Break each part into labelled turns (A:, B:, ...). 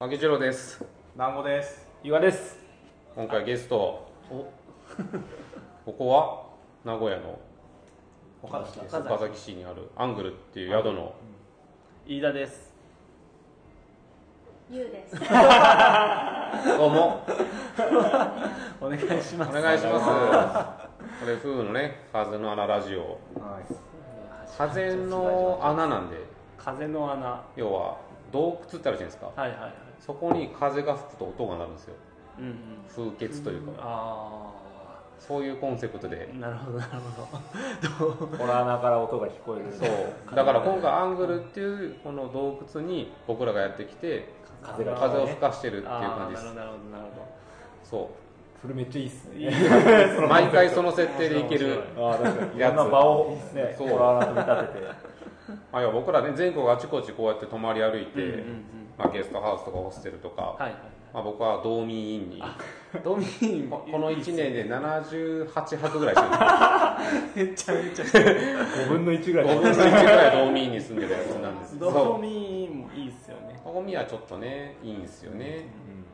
A: 負け次郎です
B: 南後です
C: 岩です
A: 今回ゲスト
C: お
A: ここは名古屋の
B: 岡崎です
C: 岡崎
A: 岡崎市にあるアングルっていう宿の
C: 飯田です
D: ゆうです。
A: どうも
C: お願いし
A: お
C: ます
A: 願いしますこれ風のね風の穴ラジオ
B: はい
A: 風の穴なんで
C: 風の穴は
A: 要は洞窟ってあるじゃないですか
C: いはいはい
A: そこに風が吹くと音が鳴るんですよ
C: うんうん
A: 風穴というか
C: あ
A: そういうコンセプトで
C: あなるほどなるほ
B: この穴から音が聞こえる
A: そうだから今回アングルっていうこの洞窟に僕らがやってきて
C: ど
B: 風が
A: 風を吹かしてるっていう
C: あ
A: 感
C: あ
A: じで
C: なる
A: す
C: ほどなるほどなるほ
A: そ
B: それめっちゃいいっす
C: ど
B: ね
C: いいね
A: う毎回その設定でいける
B: ああ確かにい
A: や
B: ろ
A: つ
B: んな場をね
A: そ
B: こ
A: う
B: の穴と見立てて
A: まあ、要は僕らね全国あちこちこうやって泊まり歩いて、
C: うんうんうん
A: まあ、ゲストハウスとかホステルとか、
C: はいはい
A: まあ、僕は道民院に
C: ドミーン
A: ここの1年で78泊ぐらいしてるんですよ
C: めちゃめちゃ
B: 5分の1ぐらい
A: 5分の1ぐらい道民院に住んでるやつなんです
C: ド
A: そう
C: ミーンもいいっすよね
A: 道民はちょっとねいいんですよね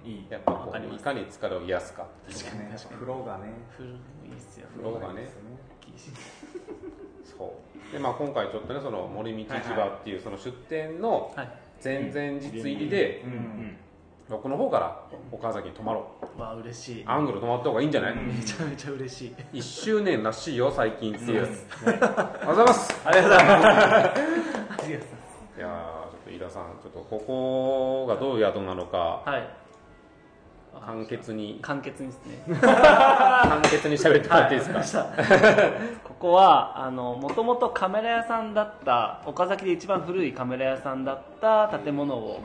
B: うんいい
A: やっぱこ
C: わかり
A: う
C: ま
A: い
C: す
A: かに疲れを癒すかっていう
B: ね風呂がね
C: 風呂いいっすよ
A: 風呂がね
C: 大きいし
A: そうで、まあ、今回ちょっとねその森道市場っていうその出店の
C: はい
A: 前々日入りで
B: うんうん
A: 僕の方から岡崎に泊まろう
C: わあ嬉しい
A: アングル泊まった方がいいんじゃない、
C: めちゃめちゃ嬉しい
A: 1周年らしいよ最近っていうやつ、おはようございます
C: ありがとうございますありがとうございます
A: いやーちょっと飯田さんちょっとここがどういう宿なのか
C: はい
A: 簡潔に
C: 簡潔にですね
A: 簡潔に喋ってもらっていいですか、
C: ここはあのもともとカメラ屋さんだった岡崎で一番古いカメラ屋さんだった建物を、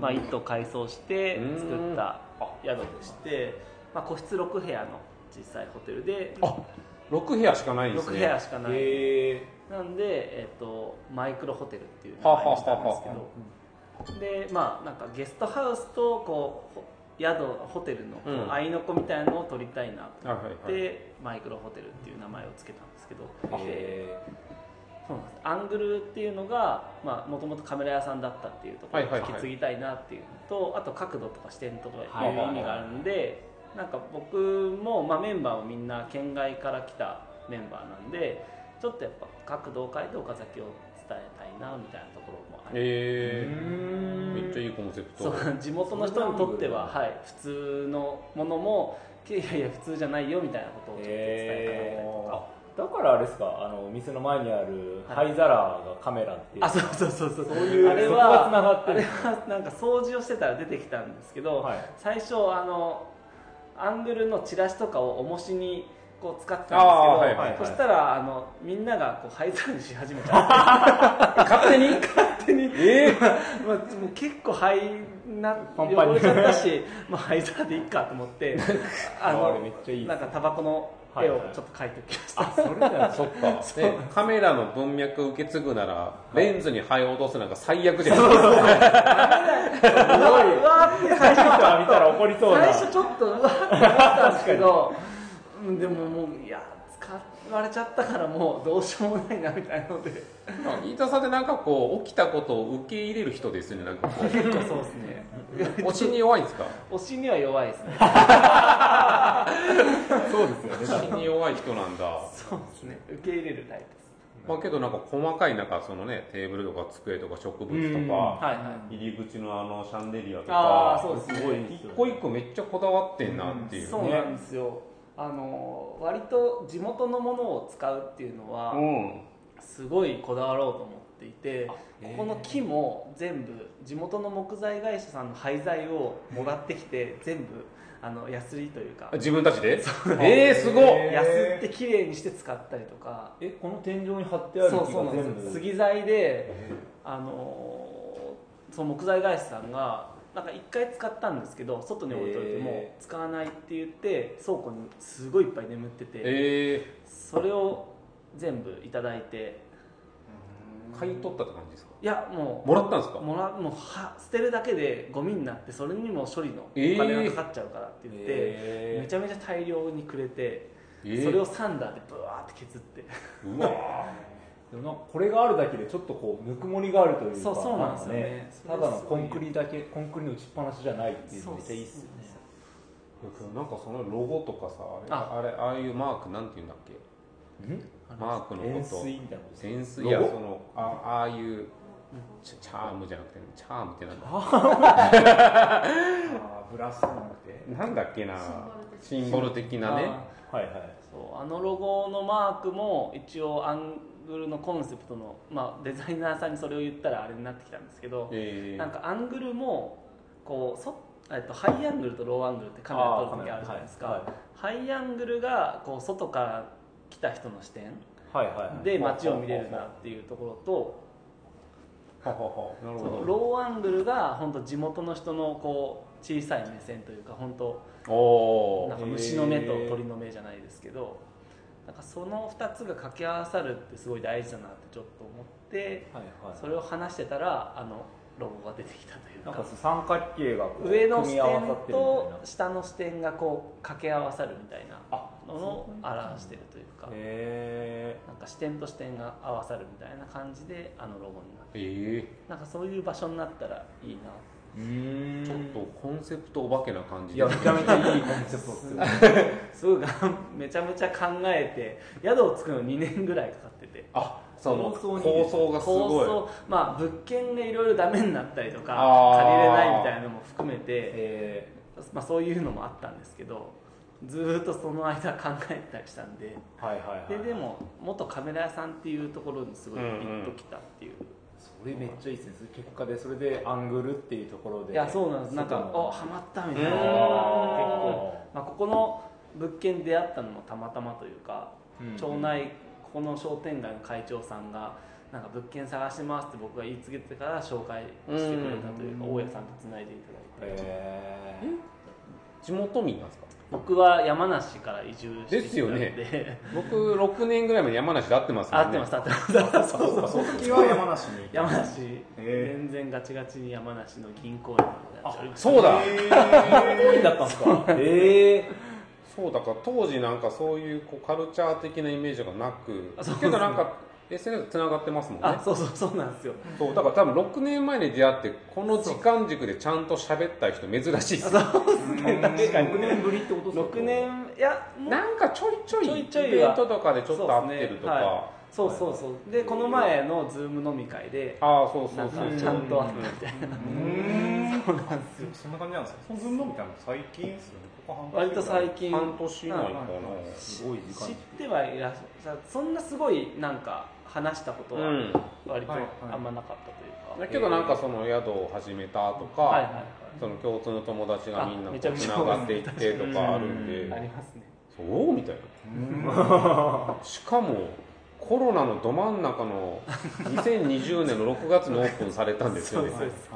C: まあ、一棟改装して
A: うん
C: 作った宿でして、まあ、個室6部屋の実際ホテルで
A: あ6部屋しかないんで
C: 6
A: す
C: 部
A: ね
C: 屋しかない、
B: え
C: なんで、えっとマイクロホテルっていう名前にしたんです
A: ははは
C: けどでまあなんかゲストハウスとこうほ宿ホテルのこう
A: うん
C: 合いの子みたいなのを撮りたいなと思って、
A: はいはい
C: マイクロホテルっていう名前を付けたんですけど、
B: ー
C: で
B: え
C: そうなんですアングルっていうのがもともとカメラ屋さんだったっていうところを
A: はいはいは
C: 引
A: い
C: き継ぎたいなっていうのと、あと角度とか視点とか
B: はいいうはいはい
C: 意味があるんで、なんか僕も、まあ、メンバーもみんな県外から来たメンバーなんでちょっとやっぱ角度を変えて岡崎を伝えたいなみたいなところもあり
A: えー、
B: め
A: めっちゃいいコンセプト
C: そう地元の人にとっては、はい、普通のものもいやいや普通じゃないよみたいなことをちょっと伝えたかったりとか。
B: だからあれですかあのお店の前にある灰皿がカメラっていう
C: あそうそうそうそう
B: そういう
C: あれ
B: そこが
C: は
B: 繋がって
C: あ
B: る
C: れはなんか掃除をしてたら出てきたんですけど、
B: はい
C: 最初あのアングルのチラシとかを重しにこう使ってたんですけど、
A: あーはいはい
B: はい
C: そしたらあのみんながこう灰皿にし始めちゃ
A: 勝手に勝手にえー、
C: って、 まあ、もう結構灰な
B: パンパン
C: 汚
B: に
C: れちゃったし、まあ、灰皿でいいかと思 って
B: あれめっちゃいいっす
C: なんかタバコの絵をちょっと描いてきました、
B: それだよ
A: そっかでカメラの文脈を受け継ぐならレンズに灰を落とすなんか最悪じゃないですか
C: うわーって最初
B: 見たら見たら怒りそうな
C: 最初ちょっとうわって思ったんですけどうんでももういや使われちゃったからもうどうしようもないなみたいなので
A: 飯田さんってなんかこう起きたことを受け入れる人ですよねなんかこう
C: 結構そうですね
A: 推しに弱いんですか
C: 推しには弱いですね
B: そうですよね
A: 推しに弱い人なんだ
C: そうですね受け入れるタイプです
A: まあけどなんか細かいなんかそのねテーブルとか机とか植
B: う
A: 物
B: ん
A: とか
C: はいはい
A: 入り口のあのシャンデリアと
C: ああ
A: か
C: そうですね
B: すごいです
A: 一個一個めっちゃこだわってんなっていう
C: そう
A: ね
C: なんですよあの割と地元のものを使うっていうのは、
A: うん
C: すごいこだわろうと思っていて
B: へ
C: こ
B: ー
C: この木も全部地元の木材会社さんの廃材をもらってきて全部あのヤスリというか
A: 自分たちでええすごっ
B: へー
C: ヤスって綺麗にして使ったりとか
B: えこの天井に貼ってあ
C: そう
B: る木が
C: そうなん
B: 全
C: です
B: 部
C: よ杉材であのーその木材会社さんがなんか1回使ったんですけど外に置いといても
B: へ
C: 使わないって言って倉庫にすごいいっぱい眠ってて
A: え
C: それを全部いただいて
A: え買い取ったって感じですか
C: いやもう
A: もらったんですか
C: もらもうは捨てるだけでゴミになってそれにも処理のお
A: えー
C: 金がかかっちゃうからって言って、
B: えー
C: めちゃめちゃ大量にくれて、
A: えー
C: それをサンダーでブワーって削って
A: うわ
B: ででもなんかこれがあるだけでちょっとこうぬくもりがあるというか
C: そうそうなんですよねそれ
B: ただの
C: す
B: コ
C: ごい
B: ンクリだけコンクリの打ちっぱなしじゃないっていうのめっちゃいいっすよね
A: なんかそのロゴとかさあれあれああいうマークなんて言うんだっけマークの
B: 円
A: こと
B: 錐みたいなこと
A: センス
B: ロ
A: い
B: ゴ
A: やそのあああいうチチャームじゃなくてチャームってなんだ
D: あーブラスじゃなくて
A: なんだっけなシンボル的なね
B: はいはい
C: そうあのロゴのマークも一応アングルのコンセプトの、まあ、デザイナーさんにそれを言ったらあれになってきたんですけど、
A: え
C: なんかアングルもこうそ、えっと、ハイアングルとローアングルってカメラ撮る時あるじゃないですか、
B: はい
C: ハイアングルがこう外から来た人の視点
B: はいはいはい
C: で街を見れるなっていうところと
A: ー、はははなる
C: そ
A: ほ
C: の
A: ど
C: ローアングルが本当地元の人のこう小さい目線というか本当
A: お
C: なんか
A: ー
C: 虫の目と鳥の目じゃないですけど、なんかその2つが掛け合わさるってすごい大事だなってちょっと思って
B: はいはい
C: それを話してたらあのロゴが出てきたという
B: なん
C: か
B: かそう三角形がこう
C: 上の視点
B: 組み合わさってるみ
C: と下の視点がこう掛け合わさるみたいな
B: あ
C: のを表してるというか
B: たいなへ
C: なんか視点と視点が合わさるみたいな感じであのロゴになって
A: え
C: なんかそういう場所になったらいいな
B: えーん
A: ー、ちょっとコンセプトお化けな感じ
B: い
A: で
B: やめちゃめちゃいいコンセプトっすよね
C: すごいがんめちゃめちゃ考えて宿を作るの2年ぐらいかかってて
A: あその
B: 構
A: 構
B: 想に
A: 想がすごい
C: 想まあ物件がいろいろダメになったりとか
A: あー
C: 借りれないみたいなのも含めて、
B: え
C: まあ、そういうのもあったんですけどずーっとその間考えたりしたんで
B: ーはいはいはい
C: ででも元カメラ屋さんっていうところにすごいピンときたっていう、
B: それめっちゃいいですね結果でそれでアングルっていうところで
C: いやそうなんですなんかあ
B: 外の
C: ハマったみたいな
A: うん
C: 結構、まあ、ここの物件出会ったのもたまたまというか
B: うん
C: 町内ここの商店街の会長さんがなんか物件探してますって僕が言いつけてから紹介してくれたというか、
B: うん
C: 大家さんとつないでいただいて、
B: へ
A: 地元民なんですか
C: 僕は山梨から移住して
A: ですよね
C: きたんで
A: 僕6年ぐらいまで山梨で会ってますもん
C: 合
A: ね
C: ってます合ってます合ってます
D: そうそうそう時は山梨に
C: 山梨、
D: へー
C: 全然ガチガチに山梨の銀行員になっております
A: そうだ
B: えだったんですかええ
A: そうだから当時なんかそういうこうカルチャー的なイメージがなく
C: あそうです
A: け
C: ね
A: どなんか SNS つながってますもんね
C: あそうそうそうなんですよ
A: そうだから多分6年前に出会ってこの時間軸でちゃんと喋った人珍しいですよ
B: 確かに6年ぶりってことですか
C: 6年いやもう
A: なんかちょいちょ
C: ちょ
A: い
C: い
A: イ
C: ちょいは
A: ベントとかでちょっと会ってるとか、
C: そうそうそう、でこの前のズーム飲み会で
A: ああそうそ
C: なん
A: う
C: か
A: そう
C: ちゃんと会ったみたいな、
D: うん
C: そうなんですよ
D: そんな感じなんですかそのズームみたいなの最近ですよねここ半
C: 割と最近
A: 半年以内かな、
B: すごい時間
C: 知ってはいらっしゃるそんなすごいなんか話したこと
A: う
C: は
A: ん
C: 割と
D: はいはい
C: あんまなかったというか、
A: だけどなんかその宿を始めたとか、
C: はいはいはい
A: その共通の友達がみんな
C: あ
A: こ
C: め
A: う
C: ちゃめ
A: つ
C: ちゃ
A: ながっていってとかあるんで
C: ありますね
A: そうみたいなしかもコロナのど真ん中の2020年の6月にオープンされたんですよね
C: そうです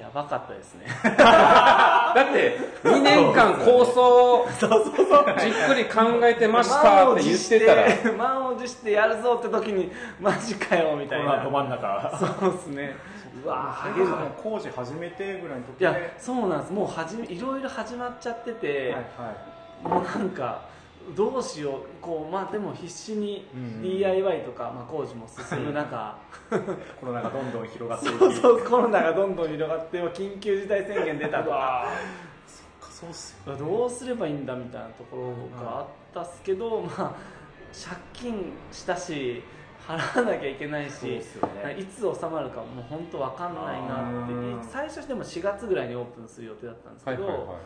C: やばかったですね
A: だって2年間構想をじっくり考えてましたって言ってたら
C: 満を持してやるぞって時にマジかよみ
B: コ
C: たい
B: ロナど
C: な
B: 真ん中
C: そうですねうわ
D: あ
C: ー
D: あ
C: ハゲる
D: 工事始めてぐらいの時
C: い
D: で
C: やそうなんですもうはじめいろいろ始まっちゃってて、
D: はいは
C: もうなんかどうしようこうまあでも必死に
B: うん
C: DIY とか、まあ、工事も進む中
D: い、コロナがどんどん広がっていく
C: そうそうコロナがどんどん広がってもう緊急事態宣言出たとか
D: そうっすよ
C: どうすればいいんだみたいなところがあったっすけど、まあ借金したし払わなきゃいけないし
B: すよ
C: いつ収まるかもう本当わかんないなって
D: うん
C: 最初でも4月ぐらいにオープンする予定だったんですけど、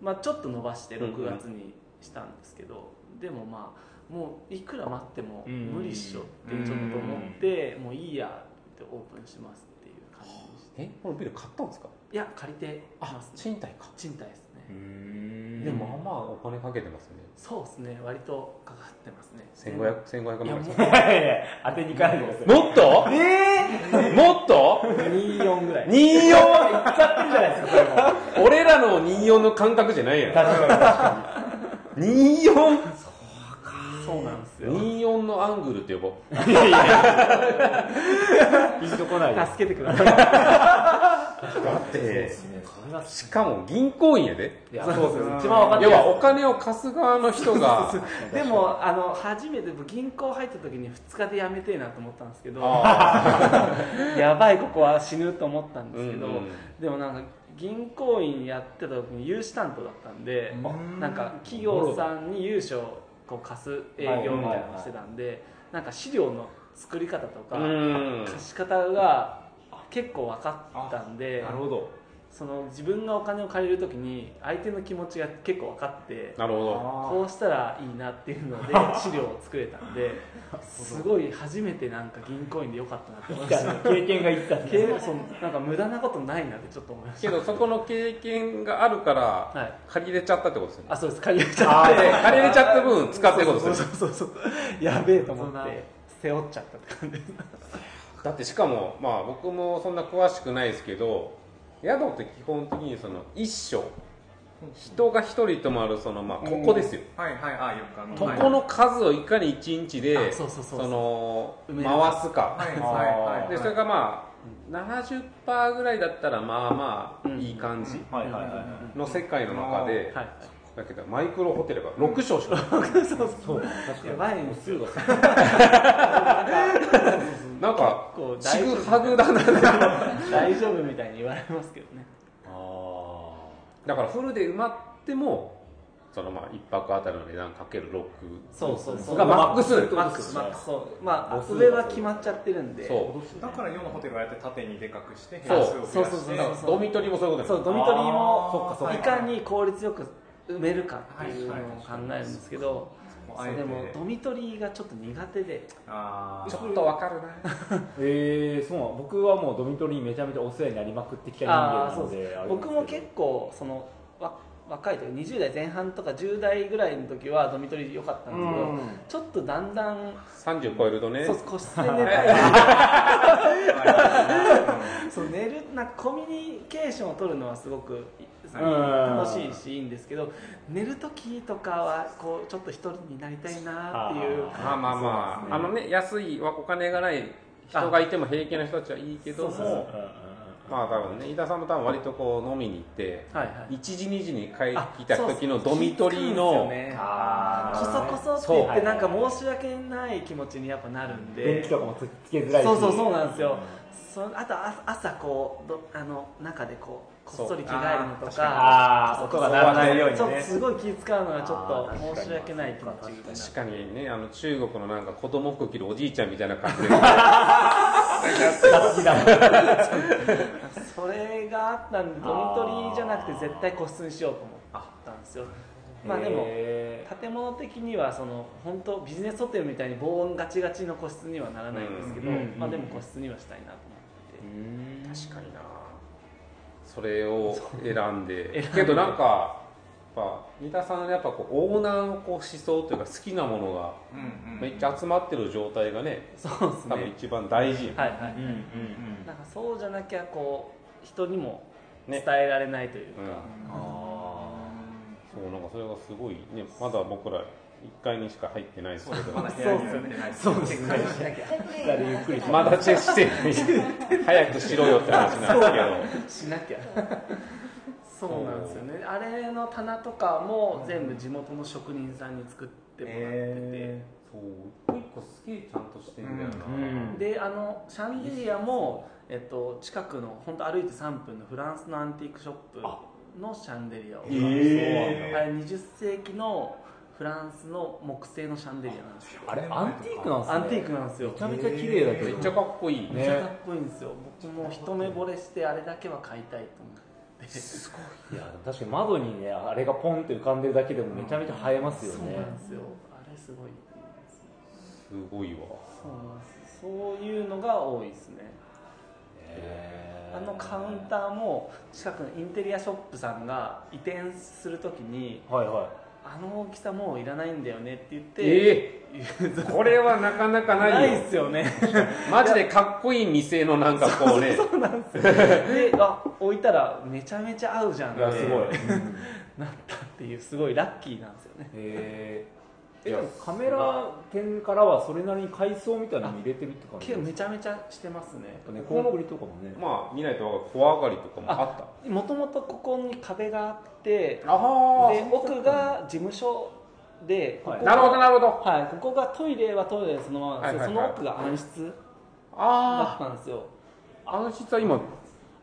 C: まあ、ちょっと伸ばして6月にしたんですけど、でもまあもういくら待っても
B: うん
C: 無理っしょってちょっと思って、もういいやってオープンしますっていう感じで
A: え
C: し
A: このビル買ったんですか
C: たいや借りてま
A: あ
C: すね
A: 賃貸か
C: 賃貸ですね、
A: でもまあまあお金かけてますね
C: そうですね割とかかってますね
A: 1500 1500
C: いや
A: 万
C: も
A: ぐら
B: いやいや当てに行かないでください
A: いもっともっと
C: う24ぐらい
A: 24
B: 使ってるじゃないですかそれも
A: 俺らの24の感覚じゃないやん
B: 確かに
A: 24
C: そうなんですよ
A: 24のアングルって呼ぼう
B: ピンとこないです
C: 助けてください
A: だって
B: ねそれが
A: しかも銀行員やで
B: いや
C: そう
B: そう
D: ですね
B: 一番分かって
A: 要
B: な
A: はいお金を貸す側の人 が
C: でもあの初めて僕銀行入った時に2日で辞めてえなと思ったんですけど やばいここは死ぬと思ったんですけど、
A: うんうん
C: でもなんか銀行員やってた時に融資担当だったんで
D: うん
C: なんか企業さんに融資をこう貸す営業みたいなのをしてたんで、なんか資料の作り方とか、
A: うん
C: 貸し方が結構分かったんで
D: なるほど
C: その自分がお金を借りる時に相手の気持ちが結構分かって
A: なるほど
D: あ
C: こうしたらいいなっていうの で資料を作れたんですごい初めてなんか銀行員でよかったなって思いました
B: 経験がいったん
C: 経
B: で
C: 営そのなんか無駄なことないなってちょっと思いまし
A: けどそこの経験があるか
C: たはい
A: ら借りれちゃったってことですよね
C: あそうです借りれちゃって
A: で借りれちゃった分使ってることです
C: そ
A: よ
C: うそうそうそうやべえと思って背負っちゃったって感じです
A: だってしかもまあ僕もそんな詳しくないですけど宿って基本的にその一所人が一人泊まるそのまあここですよ
D: はいはいはいよくあの
A: ここの数をいかに一日で
C: あそうそうそうそう
A: の
C: 埋めれば
A: 回すか
D: はいはいはいはい
A: でそれがまあ70%ぐらいだったらまあまあいい感じ
B: はいはいはいはい
A: の世界の中で
C: はい
A: だけどマイクロホテルが6床しかない
C: そうそうやばいもすぐ
A: なんか
C: こう
A: ちぐはぐだな
C: 大丈夫みたいに言われますけどね
A: あだからフルで埋まってもそのまあ一泊あたりの値段かける6
C: そうそうそう
A: がマックス
C: マックスマックスそうまあ
B: 母数が
C: 上は決まっちゃってるんで
A: そ
D: だから世のホテルはああやって縦にでかくして部
A: そう
D: 屋数を増や
C: そうそ
D: し
C: う
D: て
C: そう
A: うドミトリーもそういうこと
C: そう
A: ね
C: ドミトリ
D: あ
C: ー
D: ー
C: も
D: そっか
C: い
D: そっか
C: かに効率よく埋めるかっていうのを
D: はいはい
C: 考えるんですけど
D: もうあ
C: そ
D: え
C: う
D: て
C: でもドミトリーがちょっと苦手で
D: あー
A: ちょっとわかるな
B: えー、そうなん僕はもうドミトリーめちゃめちゃお世話になりまくってきた人間なのであれなんですけ
C: 僕
B: ど
C: も結構そのわ若い時20代前半とか10代ぐらいの時はドミトリー良かったんですけど、
D: うん
C: ちょっとだんだん、
A: 30超えるとね
C: そう個室で寝たり そう寝るなんかコミュニケーションを取るのはすごくい
B: うん
C: 楽しいしいいんですけど寝る時とかはこうちょっと一人になりたいなっていう
B: あー
A: まあまあまあ、あのね安いお金がない人がいても平気な人たちはいいけど
C: そうそうそ
A: もまあ多分ね飯田さんも多分割とこう飲みに行って
C: はいはい
A: 1時2時に帰
C: あ
A: ってきた時のドミトリーの
C: 聞いたんですよね
B: あ
C: こそこそって
A: そう
C: 言っ
B: は
C: て
B: い
C: なんか申し訳ない気持ちにやっぱなるん
B: 電
C: で
B: 気とかもつつけづらいし
C: そうそうそうなんですよそあとあ朝こうどあの中でこうこっそり着替えるのとか
B: ああ音が鳴らないように
C: ちょっと
B: ね
C: すごい気使うのがちょ
B: あ
C: っ
B: ー
C: と申し訳ない気持ちになる
A: 確かにねあの中国のなんか子供服着るおじいちゃんみたいな感じで
B: 雑だもん
C: それがあったんでドミトリーじゃなくて絶対個室にしようと思ったんですよまあでも
B: へ
C: 建物的にはその本当ビジネスホテルみたいに防音ガチガチの個室にはならないんですけど、
B: うんうん
C: まあ、でも個室にはしたいなと思って。
B: ーうん
A: 確かになそれを選んで
C: 選んで
A: けどなんかやっぱ三田さんやっぱこうオーナーのこう思想というか好きなものが
D: うんうん
A: めっちゃ集まってる状態がね
C: そうですね。
A: 多分一番大事よ
C: はいはい。
B: うんうん
C: なんかそうじゃなきゃこう人にも伝
A: ね
C: えられないという
A: う
C: か、
A: ん
B: あ
A: そうなんかそれがすごいねまだ僕ら1階にしか入ってないですけど
D: まだ部屋には入ってないそうですね
B: あゆっくり
A: まだチェックしてない早くしろよって話なんですけど
C: しなきゃ。そうなんですよね。あれの棚とかも全部地元の職人さんに作ってもらってて、
D: え
A: そう一個一個すげえちゃんとしてんだよな、
B: うん
C: であのシャンデリアも、えっと、近くの本当歩いて3分のフランスのアンティークショップのシャンデリアを、
D: えー
C: あれ20世紀のフランスの木製のシャンデリアなんですよ
B: あれアンティークなんですね
C: アンティークなんですよ
B: めちゃめちゃ綺麗だけど
A: めっちゃかっこいい、
C: めっちゃか
B: ね
C: っこいいんですよ僕も一目惚れしてあれだけは買いたいと思ってすごい
B: いやでも確かに窓にねあれがポンって浮かんでるだけでもめちゃめちゃ映えますよ
C: そう
B: ね
C: なんですよあれすごいいいですね
A: すごいわ
C: そうなんですそういうのが多いですね
B: へー
C: あのカウンターも近くのインテリアショップさんが移転するときに
B: はいはい
C: あの大きさもういらないんだよねって言って、
A: ええこれはなかなかな
C: ない
A: いよ
C: っすよね
A: マジでかっこいい店のなんかこうね
C: そうなんですよであ置いたらめちゃめちゃ合うじゃんっ
A: いや
C: て
A: すごい
B: うん
C: なったっていうすごいラッキーなんですよね
B: へええでもカメラ店からはそれなりに改装みたいなのも入れてるって感じ
C: け
B: で
C: ど
B: す
C: めちゃめちゃしてますね
B: かねコンクリとかもね
A: まあ見ないとわかる小上がりとかもあった
C: もともとここに壁があって
A: ああ
C: で奥が事務所でここ
A: なるほどなるほど
C: はい、ここがトイレはトイレでそのままなん
A: は
C: ですよ、
A: いはいはい
C: その奥が暗室だっ
A: あ
C: たんですよ
A: あ暗室は今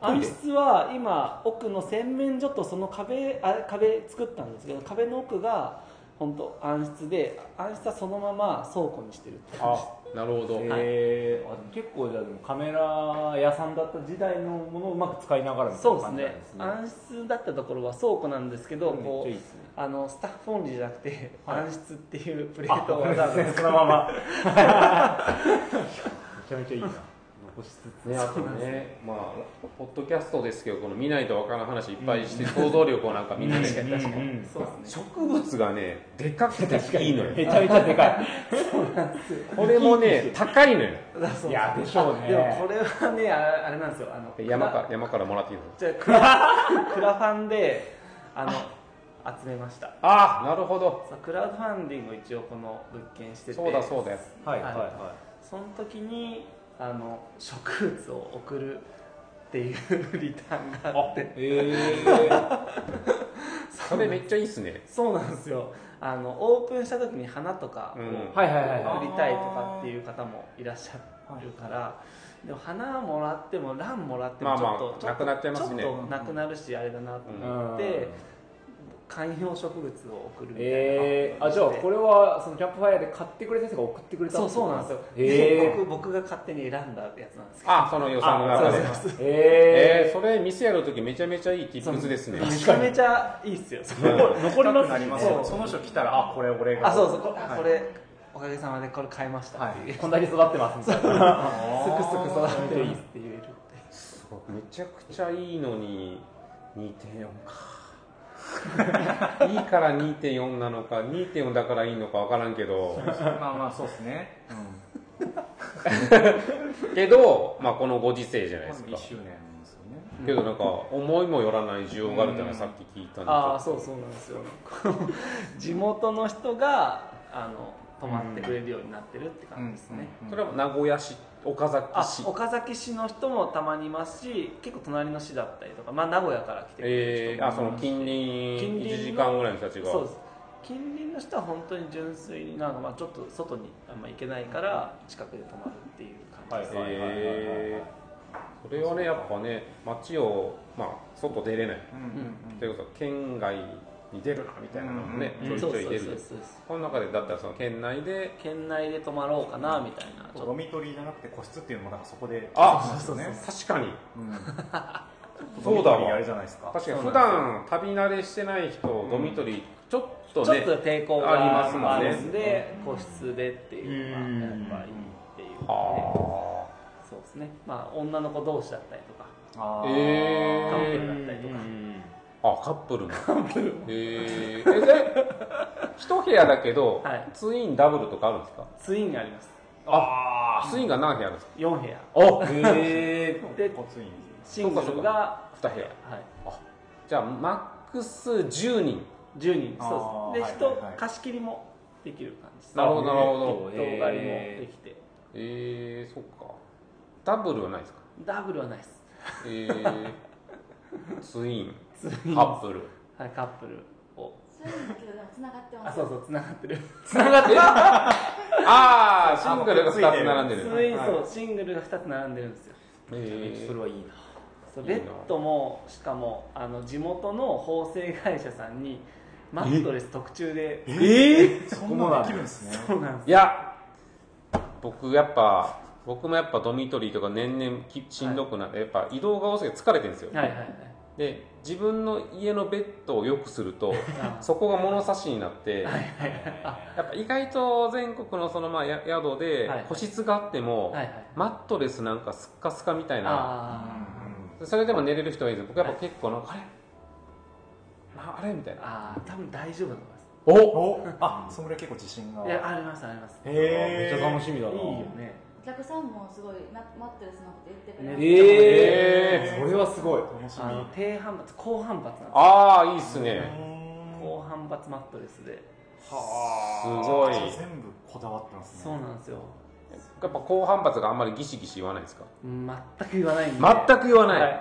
A: トイ
C: 暗
A: レ
C: 室は今奥の洗面所とその壁あ壁作ったんですけど壁の奥が本当暗室で暗室はそのまま倉庫にしてるって感じ
A: あなるほど、
B: えーあ結構じゃあでもカメラ屋さんだった時代のものをうまく使いながらみたい
C: そうです
B: な感じ
C: ね
B: なんですね
C: 暗室だったところは倉庫なんですけど、こ
B: めっちゃいいうですね
C: あのスタッフオンリーじゃなくて、
B: はい
C: 暗室っていうプレートをわざわざ
B: そのままめちゃめちゃいいな残しつつ
A: ね、あとね、まあ、ポッドキャストですけど、この見ないとわからん話いっぱいして、想像力をなんかみんなね、
C: 確かに確かに、
B: うん
C: そうですね
A: 植物がね、でかくていいの
B: め
A: よ。
B: ちゃめちゃでか
A: これもね、高いのよ。
C: だそう
B: いいやでしょうね
C: でもこれはねああれなんですよあの
A: 山から、山からもらっていいの
C: じゃあ クラクラファンであの集めました
A: ああ、なるほど。
C: そうクラウドファンディングを一応この物件してて
A: そうだそうだよ
B: はい
C: は
B: はいいは
C: その時にあの植物を送るっていう リターンがあって
B: いえー、
A: それめっちゃいいっすね。
C: そうなんですよあのオープンした時に花とか
A: うん
C: を
B: はいはいはいは
C: 送りたいとかっていう方もいらっしゃるからでも花もらってもランもらってもちょっと
A: まあまあ
C: ちょ
A: なくなっちゃいますね
C: ちょっとなくなるしあれだなと思って観葉植物を送るみたいな
B: えー、あじゃあこれはそのキャンプファイヤーで買ってくれた人が送ってくれた
C: そうそうなんですよ、
B: え
C: 僕僕が勝手に選んだやつなんですけど
A: あその予算の中で。
B: ー、え
A: えー、それ店やるときめちゃめちゃいい tips ですね。
C: めちゃめちゃいいっすよそれ
A: うん
B: ー、残ります
D: なりますよ
C: そう
D: その人来たらあこれ俺が
C: あそうそうこれ,あ、
D: はい
C: これおかげさまでこれ買いましたっていう、
B: こんだけ育ってますみたいな
C: す
D: あー
C: くすく育っていいって言えるって
A: めちゃくちゃいいのに、2.4か。 いいから2.4なのか、2.4だからいいのかわからんけど。
D: まあまあそうですね、
A: けど、まあ、このご時世じゃ
D: う
A: ない
D: ん、ま
A: で
D: ず
A: す
D: 1周
A: か。
D: 年ですよね
A: けどなんか思いもよらない需要があるっていうのはさっき聞いたんで、
C: ああそうそうなんですよ 地元の人があの泊まってくれるようになってるって感じですね、
D: うん
A: それは名古屋市岡
C: あ
A: 崎市
C: 岡崎市の人もたまにいますし結構隣の市だったりとか、まあ、名古屋から来てくれる
A: えー、
C: 人も
A: あその近隣
C: 近隣の
A: 1時間ぐらいの人たちが
C: そうです近隣の人は本当に純粋になんかまあちょっと外にあんま行けないから近くで泊まるっていう感じです、
B: はいはいはいはいはい
A: えーそれはねやっぱね街を、まあ、外出れない、
D: うんうん
A: ということは県外に出るなみたいなのもね、
D: うん
A: ちょいち
C: そう
A: ょ
C: そう
A: い
C: そう
A: 出
C: そう
A: る
C: そう
A: この中でだったらその県内で
C: 県内で泊まろうかなみたいなち
D: うん、
C: ょ
D: ド
C: っ
D: ミトリーじゃなくて個室っていうのもなんかそこで
A: あ
D: そうですね
A: 確かに
D: うん
A: そ
D: ドミトリ
A: うだ
D: ーあ
A: わ
D: れじゃないですか
A: 確かに普段旅慣れしてない人、ドミトリーちょっと
C: と
A: ね
C: ちょっと抵抗
A: ありま
C: が
A: すもんね
C: あるんで個室でっていうのがやっぱいいっていうね
A: あ
C: そうですねまあ女の子同士だったりとか
D: あ
A: あ
D: ー
A: えー、
C: カップルだったりとか
A: あカップ ルもカップルえー、えで一部屋だけど、
C: はい
A: ツインダブルとかあるんですか
C: ツインがあります
A: ああツインが何部屋あるんですか
C: 4部屋
A: お
B: えー、
C: で
D: 骨院
C: シングルが
A: 二部屋
C: はい
A: じゃあマックス10人
C: 10人
D: あー
C: そうですで
D: はいは
C: 人
D: いはい
C: 貸し切りもできる感じです
A: なるほどなるほど
B: え
C: 動
B: ー
C: 画にもできて
A: えー、そっかダブルはないですか
C: ダブルはないです
A: えー、ツイン
C: ツ
A: カ
C: イン
A: ップル
C: はいカップルを
E: そういうのだけどでも繋がって
C: あ
E: ます
C: そうそうつながってる
A: つながってるああシングルが2つ並んで
C: ツ
A: る
C: インそうシングルが2つ並んでるんですよ
A: えー
B: それはいいな
C: そう
A: いいな
C: ベッドもしかもあの地元の縫製会社さんにマットレス特注で
A: えー、
D: そんなのできるんですね
C: そうなんです
A: いや僕やっぱ僕もやっぱドミトリーとか年々きしんどくなって、やっぱ移動が多すぎて疲れてるんですよ、
C: はいはいはい
A: で自分の家のベッドを良くすると
C: あ
A: そこが物差しになって、やっぱ意外と全国のそのまあや宿で
C: はい
A: 個室があっても、
C: はいはい
A: マットレスなんかスッカスカみたいな
C: あ
A: それでも寝れる人はいいんですよ僕やっぱ結構なんか、
C: ー
A: あれあれみたい
C: あれ
A: な
C: あー多分大丈夫だと思います
A: お
D: おあそんぐらい結構自信が
C: いやありますありますい
D: へ
B: めっちゃ楽しみ
C: い
B: だ
C: よ
B: な
C: ね
E: お客さんもすごいママットレスのこと言ってく
C: ね
E: れる、
B: え
D: え
B: ー、
D: ー
B: それはすごい
D: 楽し
C: あの低反発高反発なんですよ
A: ああいいっすね
D: み
C: 高反発マットレスで
D: はあ
A: すごい
D: 全部こだわってますね
C: そうなんですよ
A: やっぱ高反発があんまりギシギシ言わないですか
C: 全く言わないんで
A: 全く言わない、
C: はい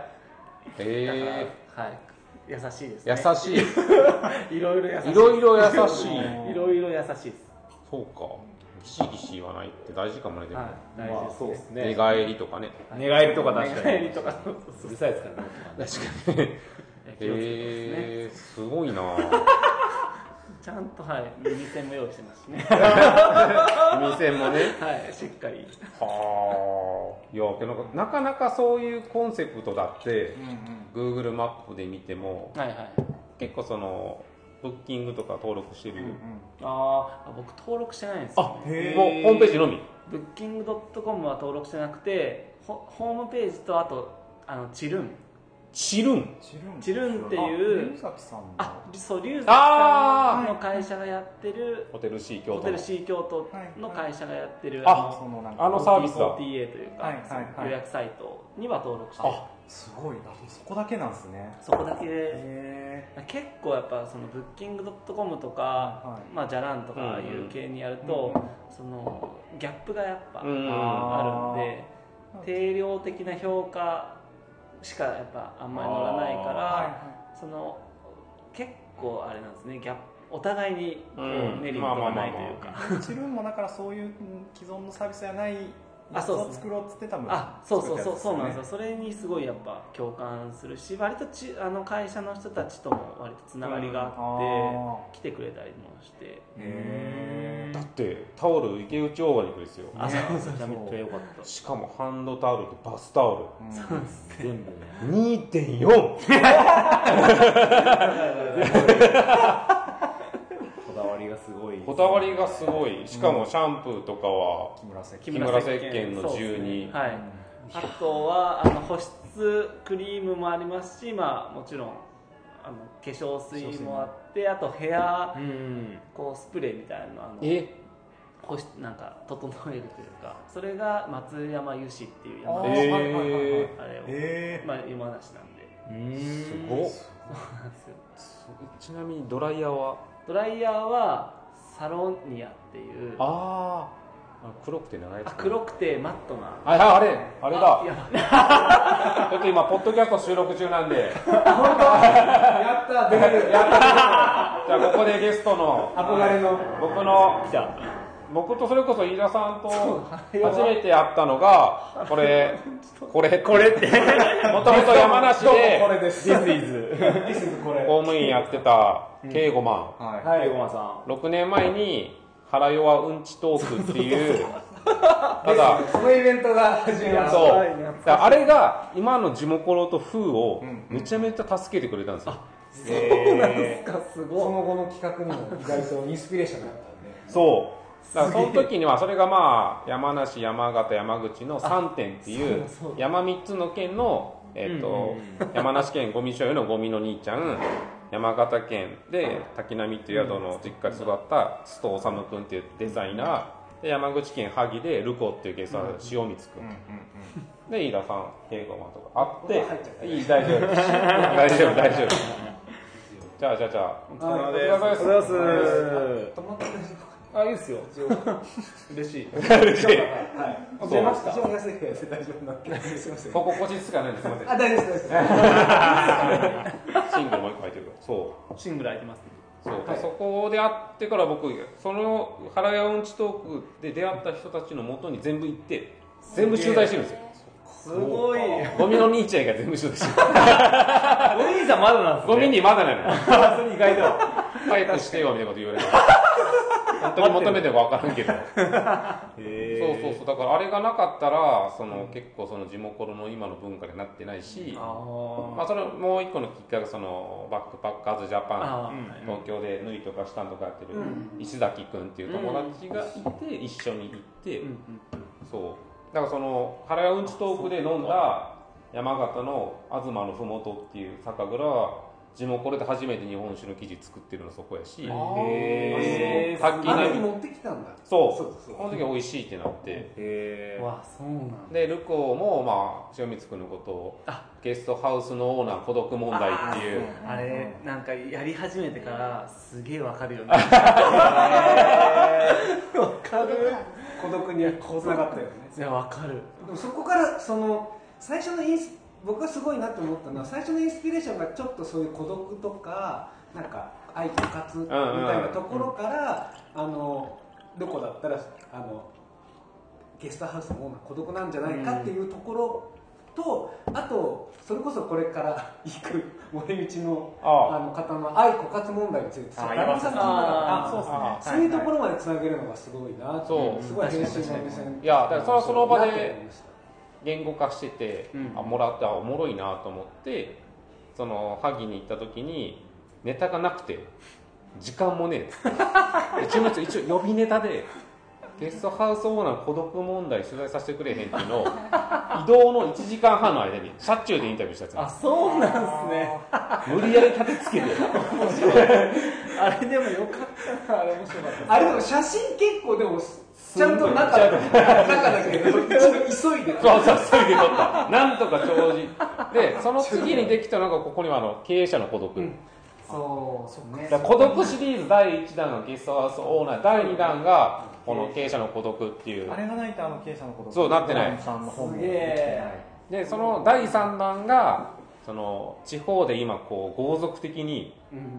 A: へ
C: だからはい優しいで
A: え
C: す、
A: 優
C: ね、
A: しい
C: いろいろ優しい
A: いろいろ優しい
C: いろいろ優しいです
A: そうかギシギシ言わないって大事かもねでも、
C: はい大事
B: まあ
C: です、ね
B: そうです
A: 寝
B: ね
A: 返りとかね
B: 寝返りとか確か
C: 寝返
B: に
C: りとかそう
B: うるさいですからね
A: 確かに
C: 気をつけてますね、
A: えー、すご いな
C: ちゃんとはい耳栓も用意してますしね
A: 店もね
C: はいしっかり
A: はあいやけどなんかなかなかそういうコンセプトだって
D: うんうん
A: Google マップで見ても
C: はいはい
A: 結構そのブッキングとか登録して
D: う
A: る、
D: んうん
C: あーあ僕登録してないんですよ、ね、
D: へー
A: もうホームページのみ
C: ブッキングドットコムは登録してなくてホホームページとあとあのチルン
A: チルン
D: チルン
C: チルンっていう
D: あ龍崎さんの
C: あそう龍崎さ
A: あ
C: んの会社がやってる
A: ホテル C 京
C: ホ
A: 都
C: テル
A: の
C: C 京都の会社がやってる
A: あ
C: の
D: そのなんか
A: あのサービスだ
C: OTA というか、
D: はいはいはい
C: 予約サイトには登録して
D: あすごいあそこだけなんですね
C: そこだけ
D: へ
C: 結構やっぱそのブッキングドットコムとか、
D: は
C: まあじゃらんとかああいう系にやると、
D: うんうん
C: そのギャップがやっぱ、
A: うん
C: あるんで
D: あー
C: 定量的な評価しかやっぱあんまり乗らないか
D: ー
C: ら
D: は
C: その結構あれなんですねギャップお互いにこう
A: うん
C: メリットがないというか、
D: いはいチルンもだからそういううん既存のサービスじゃない
C: あ
D: やつ
C: そう
D: を
C: ですね
D: 作ろうっつってたもん
C: あそうそうそうそうなんです
D: よ
C: よそれにすごいやっぱ共感するし割とちあの会社の人たちとも割とつながりがあって、来てくれたりもして
D: へ
A: だってタオル池内大陸ですよ
C: あそうそう
B: めちゃめちゃ良かっ
A: しかもハンドタオルとバスタオ
D: そう
B: た全部ね
A: ル2.4
B: こだわりがすごい
A: こだわりがすごいしかもシャンプーとかは
D: 木村関
A: 木村石鹸の
C: そうですね
A: 12
C: はい、あとはあの保湿クリームもありますし、まあ、もちろんあの化粧水もあってあとヘア
B: うん
C: こうスプレーみたいなのあの
A: え
C: 保湿なんか整えるというかそれが松山由志っていう
D: あ
C: 山
D: ー
A: え
C: 梨
A: ー
D: はいはいはいはい
C: あれを、
D: え
C: まあ、山梨なんで
A: すごっ
C: なんですよ
A: ちなみにドライヤーは
C: ドライヤーはサロニアっていうあ
A: ああ黒くて長いやつ
C: 黒くてマットな
A: あああれあれだ
C: いや
A: ちょっと今ポッドキャスト収録中なんで
B: やった出る
A: やったじゃあここでゲストの
B: 憧れの
A: 僕の
B: 来た
A: 僕とそれこそ飯田さんと初めて会ったのがこれこれこれってもともと山梨
B: こ
A: で
B: れです This is これ
A: 公務員やってた慶吾マン
D: ーはい
B: はいごまさん
A: 6年前に「腹弱うんちトーク」っていうただ
B: このイベントが始ま
A: そう
C: やばいね
A: だからあれが今の地元ロと風を
D: ん
A: めちゃめちゃ助けてくれたんですよ、
D: そうなんです
C: なんかす
F: そ
C: ごい
F: の後の企画にも意外とインスピレーションがあったんで
A: そうだからその時にはそれがまあ山梨山形山口の3点っていう山3つの県の、えっと山梨県ゴミ所有のゴミの兄ちゃん山形県で滝波っていう宿の実家で育った須藤修君っていうデザイナーで山口県萩でルコっていうゲストの
D: うんう
A: 塩光君、
D: んうん
A: で飯田さん稽古場とかあっ
F: 僕は入っちゃった
A: ていい大丈夫大丈夫大丈夫じゃあじゃあじゃあお疲れ様です
B: す
F: 止まって大丈夫
C: あいいですよ
F: 一応は
C: 嬉しい
F: い
A: 出ま
F: した一応安い部屋で大丈夫なんですいません
A: ここ腰つかないんですすいません
F: あ大丈夫です大丈夫で
A: シングルもう一個入ってるからそう
C: シングル開いてますね
A: そう、そこで会ってから僕その原屋うんちトークで出会った人たちのもとに全部行って全部取材してるんですよ
C: すごい
A: ゴミの兄ちゃんが全部取材してる
B: お兄さんまだなんで す
A: ゴミにまだなの
B: それ意外だ
A: 早くしてよみたいなこと言われ て本当に求めてるか分からんけどそうそうそうだからあれがなかったらその、結構その地元の今の文化になってないし、まあ、そのもう一個のきっかけがそのバックパッカーズジャパ
C: あ
A: ン、う
C: ー
A: ん東京で縫いとかしたんとかやってる石崎君っていう友達がいて、一緒に行って、
C: うん
A: そうだからその原屋うんちトークで飲んだ山形の東のふもとっていう酒蔵は地元これで初めて日本酒の生地作ってるのそこやし
F: へ
A: ー
F: さっき
A: あ
F: ね
A: れに
F: 持ってきたんだ
A: そう
F: そうそう
A: この時美味しいってなって
D: え
C: わあそうなんだ
A: でルコーも、まあ、塩光君のことを
C: あ
A: ゲストハウスのオーナー孤独問題っていう
C: あれなんかやり始めてからすげえわかるよねわかる
F: 孤独につながったよね
C: いやわかる
F: でもそこからその最初のインス僕がすごいなと思ったのは最初のインスピレーションがちょっとそういう孤独とかなんか愛とかつみたいなところから、あのどこだったらあのゲストハウスのオーナー孤独なんじゃないかっていうところと、あとそれこそこれから行く森道の
A: ああ
F: あの方の愛枯渇問題について
D: ああ
F: そう山さんが
C: ああ
F: そう
A: あ
F: そういうところまでつなげるのがすごいなって
A: そう
F: すごい編集の目線
A: いやだからそれはその場で
F: なって思いました
A: 言語化してて、
C: うん
A: あもらってあおもろいなと思ってその萩に行った時にネタがなくて時間もねえ 一応一応予備ネタでゲストハウスオーナー孤独問題取材させてくれへんっていうのを移動の1時間半の間に車中でインタビューしたやつなん
C: あ
A: で
C: そうなんすね
A: す無理やり立てつけて
C: あれでもよかったなあれ面白かった
F: あれでも写真結構でもちゃんと中だ中だけど一応急いで
A: そうそうそういうことなんとか長寿でその次にできたのがここにはあの経営者の孤独、
F: そうね
A: だから孤独シリーズ第1弾がゲストハウスオーナー第2弾がこの経営者の孤独っていう
D: あれがないとあの経営者のこと
A: そうなってな
D: ド
A: い
D: ラムさんの本も
C: す
D: で
C: げ
D: きてない
C: え
A: でその第3弾がその地方で今こう豪族的に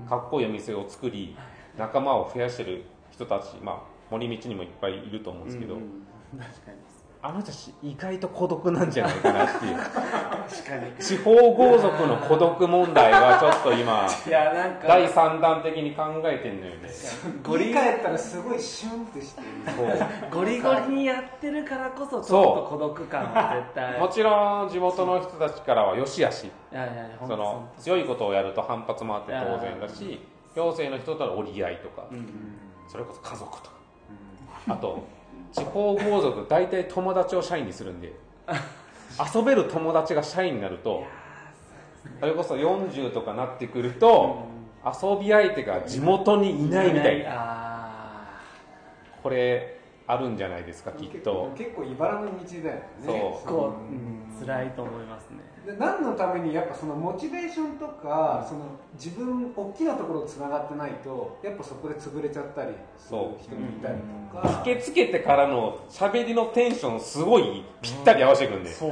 A: かっこいいお店を作り仲間を増やしてる人たち、まあ、森道にもいっぱいいると思うんですけど、
C: 確かに
A: あの人たち意外と孤独なんじゃないかなっていう
C: 確かに
A: 地方豪族の孤独問題がちょっと 今
C: いやなんか
A: 第3弾的に考えてんのよね
F: 振り返ったらすごいシュンってしてる
A: そう
C: ゴリゴリにやってるからこそちょっと孤独感が絶対
A: もちろん地元の人たちからはよしあし
C: いやいやいや
A: そ
C: 本当
A: の強いことをやると反発もあって当然だ
C: い
A: し行政の人との折り合いとか、
C: うん
A: それこそ家族とか、あと地方豪族大体友達を社員にするんで遊べる友達が社員になるとそれこそ40とかなってくると、遊び相手が地元にいないみたいな
C: あ
A: これあるんじゃないですかきっと
F: 結構茨の道だよね
A: そう
C: ーこう、うん、辛いと思いますね
F: で何のためにやっぱそのモチベーションとかその自分大きなところつながってないとやっぱそこで潰れちゃったりする人もいたりとか
A: 受け付けてからの喋りのテンションすごいぴったり合わせてくんで、す
D: そう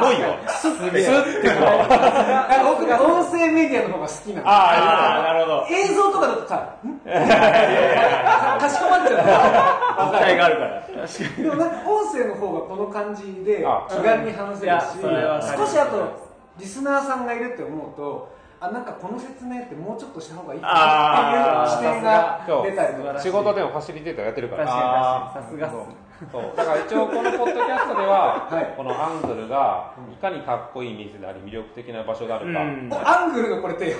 A: ごいよスッてこう
F: あ僕が音声メディアの方が好きなの
A: ああなるほど
F: 映像とかだとさ、んかかしこまっちゃ
D: 期
F: う
D: 待があるから
F: でもなんか音声の方がこの感じで
A: あ
F: 気軽に話せる
C: いやそれは
F: し、少しあとリスナーさんがいるって思うと、あなんかこの説明ってもうちょっとした方がいいかなっていう視点が出たりとか、
A: 仕事でもファシリテーターやってるから
C: 確かに確かにさすがっす
A: そうだから一応このポッドキャストでは、
F: はい
A: このアングルがいかにかっこいい店であり魅力的な場所があるか、
C: うん
F: おアングルのこれって、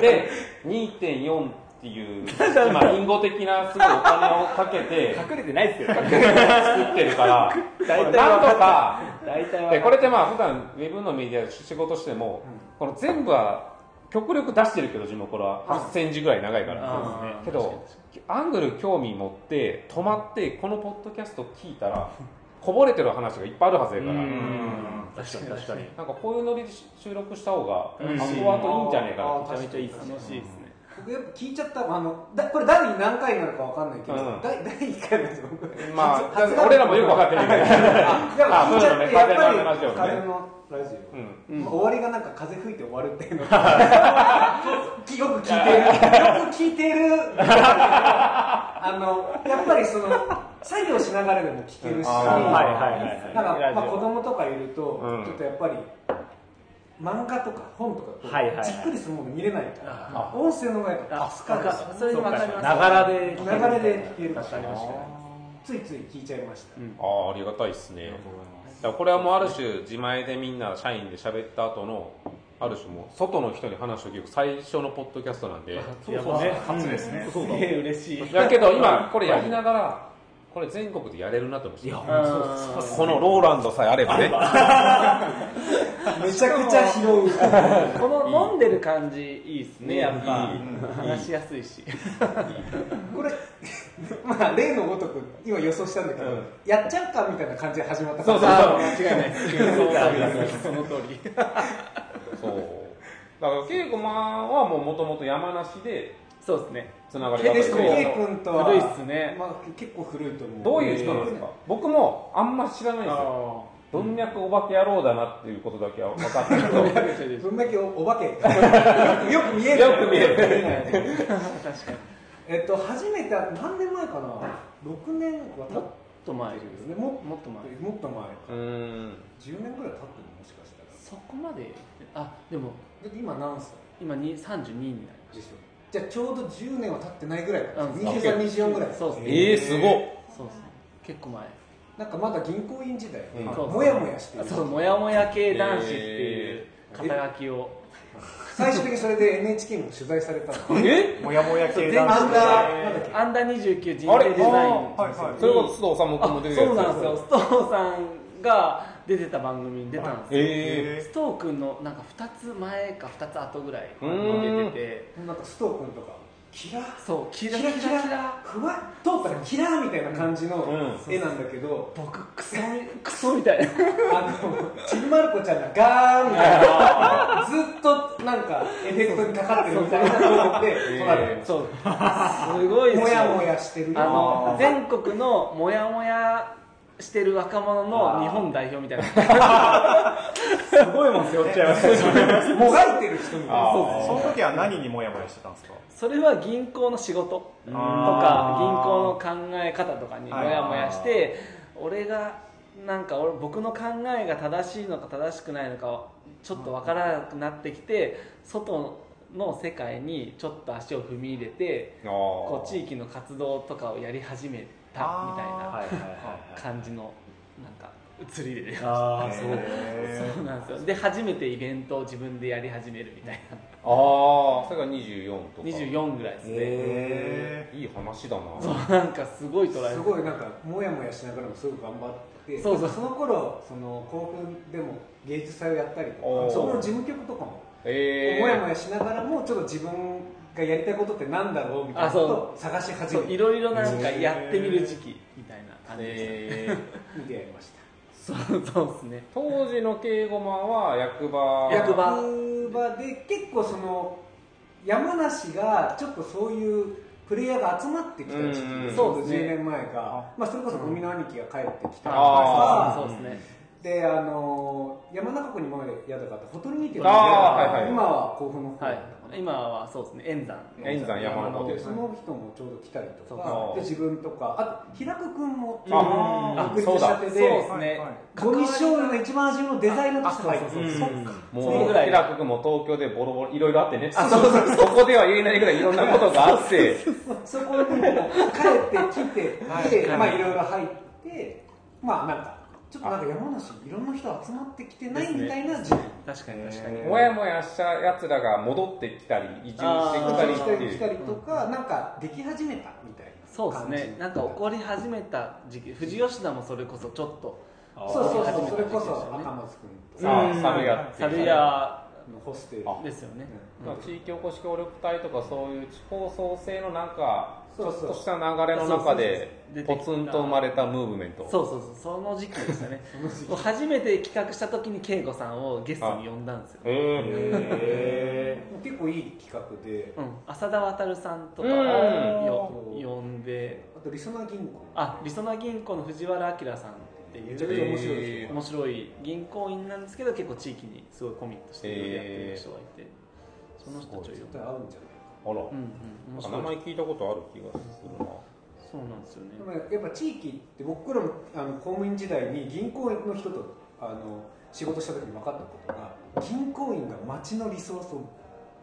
A: で2.4っていう今リンゴ的なすごいお金をかけて
C: 隠れてないっすよ
A: 作ってるから
C: 大
A: なん
C: 体わか
A: とか
C: 大体は
A: でこれってまあ普段ウェブのメディアで仕事しても、この全部は極力出してるけど地元は8センチぐらい長いから、
C: あー
A: けどアングル興味持って止まってこのポッドキャスト聞いたらこぼれてる話がいっぱいあるはずやから、
D: うん確かに確かに
A: なんかこういうノリで収録した方が後
C: う
A: 々
C: ん
A: いいんじゃねえかなって
C: めちゃめちゃいいっすね楽しいっすね
F: 僕やっぱ聞いちゃったあのだこれ第何回になるかわかんないけど、
A: うん
F: 第第1回のやつ僕、
A: まあ
F: 初
A: 俺らもよく分かってないけど、
F: あでも聞いちゃ
A: あそう
F: って、や
A: だね
F: っぱ
A: 風
F: り風
A: の
F: のラジ
A: う
F: オ。
A: ん
F: まあ終わりがなんか風吹いて終わるっていうの きよく聞いてるよく聞いてるあのやっぱりその作業しながらでも聞けるし、
D: はいはいはい
F: なんか、まあ、
D: ラジオ
F: 子供とかいると、
A: うん
F: ちょっとやっぱり漫画とか本とかこう
D: はいはいはい
F: じっくりするもの見れないから音声の方がやっぱ助かる
C: あそれにわかります
D: ながらで
F: 流れで聞けるか
C: わかりました
F: ついつい聞いちゃいまし
A: あ
F: た、
A: ーありがたいっすねだからこれはもうある種自前でみんな社員で喋った後のある種もう外の人に話を聞く最初のポッドキャストなん で
D: そうそうね初ですね
C: すげえ嬉しい
A: いやけど今これやりながらこれ全国でやれるなと思っていや
C: んそうそう
A: このローランドさえあればね
F: めちゃくちゃ拾う。
C: この飲んでる感じいいですねやっぱ
A: いいうん
C: 話しやすいし
F: これ、まあ、例のごとく、今予想したんだけど、やっちゃうかみたいな感じで始まったから
C: あー間違いないですその通り
A: そうだから稽古マンはもともと山梨で
C: そうですね
A: つながりがあ
F: ケ
A: った
F: ネ
A: け
F: ス
A: ど
F: ケイ君とは、
C: 古いっすね
F: まあ、結構古いと思う。
A: どういう人なんですか僕もあんま知らないんですよどんにゃくお化け野郎だなっていうことだけは分かってるけど
F: どんだけおお化けよく見える。よく見える。
C: 確かに
F: えっと、初めて、何年前かな ?6 年は経
C: もっと
F: っ
C: 前
F: て
C: で
F: るんですす
C: ね
F: ね。も
C: もっと前
F: もっと前。
A: うーん
F: 10年ぐらい経ってるのもしかしたら。
C: そこまであでも
F: だって今何歳
C: 今に32になりま
F: でしょじゃあちょうど10年は経ってないぐらいか
C: うん
F: 23、24ぐらい
C: そうですね
A: えー、すごっ
C: すそうですね結構前
F: なんかまだ銀行員時代、
A: うん
C: そう
F: もやもやして
C: あ
F: る
C: そうもやもや系男子っていう肩書きを
F: 最終的にそれで NHK も取材されたの
A: え
D: もやもや系
F: アンダ
D: ー
F: ーなんだっけ
C: アンダー29人
A: あれ
C: 生デザイ
D: あー
C: ン
D: はいはい
A: それこそ須藤さんも
C: あ
A: も出てるやつ
C: そうなんですよストーさんが出てた番組に出たんですよ、
A: え
C: ストー君のなんか2つ前か2つ後ぐらいに
A: ー
C: 出てて
F: なんか須藤君とかキラー
C: そうキラキラキラ
F: ふわっ通ったらキラーみたいな感じの
A: う
F: 絵なんだけど、
C: 僕クソクソみた いな
F: あのちびまる子ちゃんがガーンみたいなずっとなんかエフェクトにかかってるみたいなと思って撮られてます
C: そうすごいですよ
F: もやもやしてるよ
C: あの全国のモヤモヤしてる若者の日本代表みたいな
B: すごいもん背負っちゃいましたね
F: もがいてる人みたいな
A: ー
D: その時は何にもやもやしてたんですか
C: それは銀行の仕事とか
D: あー
C: 銀行の考え方とかにモヤモヤして俺がなんか俺僕の考えが正しいのか正しくないのかちょっとわからなくなってきて外の世界にちょっと足を踏み入れて
A: ー、あ
C: こう地
A: ー
C: 域の活動とかをやり始めたみたいな
D: はいはいはい
C: 感じのなんか移りで
B: ああそう
C: そうなんですよで初めてイベントを自分でやり始めるみたいな
A: あーそれが24とか
C: 24ぐらいですね、
D: へ
A: いい話だ
C: そう
A: な
C: なんかすごいトライ
F: すごいなんかもやもやしながらもすごく頑張って
C: そうそう
F: なんかその頃その甲府でも芸術祭をやったりと
A: おー
F: かそこの事務局とかも、
A: えー、
F: もやもやしながらもちょっと自分がやりたいことってなんだろうみたいなことを探し始
C: そう
F: め
C: い
F: て
C: ろいろなんかやってみる時期みたいな感じでした、
A: えー
F: 見てやりました
C: そうそうですね
A: 当時の敬語マンは役場
C: 役場
F: 役場で結構その山梨がちょっとそういうプレイヤーが集まってきた時期、
A: うんうん
F: ちょ
C: そううで
F: ど
C: すね
F: 10年前か、まあ、それこそゴミの兄貴が帰ってきたりと
A: あー
C: そ
F: か
C: うですね
F: であのー山中湖にまで宿があったほとりにっていう宿
A: あ
F: が
A: ーはいはい
F: 今は甲府の方
C: は
F: だっ
C: い
F: たかな、
C: 今はそうですね円山
A: 円山山の
F: の
A: 方で
F: その人もちょうど来たりと
A: そ
F: か
A: う
F: で自分とかあと平久君も
A: あ
F: 独立したて
C: そうで
F: です
C: ね、
F: ゴミ醤油の一番初めのデザイナーとして入って
A: うん
F: る
A: もう
C: ぐらい
A: 平く君も東京でボロボロいろいろあってねそこでは言えないぐらいいろんなことがあって
F: そこにも帰ってきて、でまあいろいろ入って、まあなんか、ちょっとなんか山梨、いろんな人集まってきてないみたいな時期。
C: 確かに確かに、
A: もやもやしたやつらが戻ってきたり移住してき
F: 来
A: たり
F: た
A: って
F: り
A: い
F: 来
A: う
F: たりとか、なんかでき始めたみたいな。
C: そうですねなんか怒り始めた時期富士吉田もそれこそちょっと
F: そうそう
C: 始
F: そう、
C: め
F: そ
C: た
F: れ
C: 時期
F: こ
C: でし
F: そ
C: たよね
F: 赤松君とか
A: さあ猿やって
C: 猿屋
F: のホステル
A: あ
C: ですよね、
A: 地域おこし協力隊とかそういう地方創生のなんかち
F: そ
A: ょ
F: う
A: っ
F: そう
A: とした流れの中で
C: そうそうそう
A: ポツンと生まれたムーブメント
C: そうそうそうその時期でしたねもう初めて企画した時に恵子さんをゲストに呼んだんですよ、
A: へ
F: 結構いい企画で、
C: うん、浅田渉さんとか
A: うん
C: よ呼んで
F: あとりそな銀行。
C: ありそな銀行の藤原明さんってい
F: め
C: う
F: ちゃくちゃ面白いですよ。
C: 面白い銀行員なんですけど結構地域にすごいコミットしていろいろやってる人がいてその人たちを呼ん
F: 絶
C: だ
F: 対合うんじゃない
A: あら
C: うんうん面
A: 名
C: 白い
A: 前聞いたことある気がするな
C: そうなんですよね
F: でもやっぱ地域って僕らもあの公務員時代に銀行員の人とあの仕事した時に分かったことが銀行員が町のリソース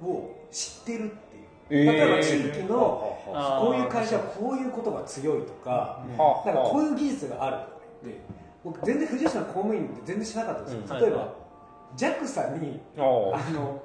F: を知ってるっていう、
A: えー
F: 例えば地域の
C: あー
F: こういう会社はこういうことが強いとか、
A: はあ
F: なんかこういう技術があるとか言って僕全然藤吉の公務員って全然しなかったんですよ、
C: うん
F: 例えば、
C: はい
F: JAXA に
A: ああ
F: あの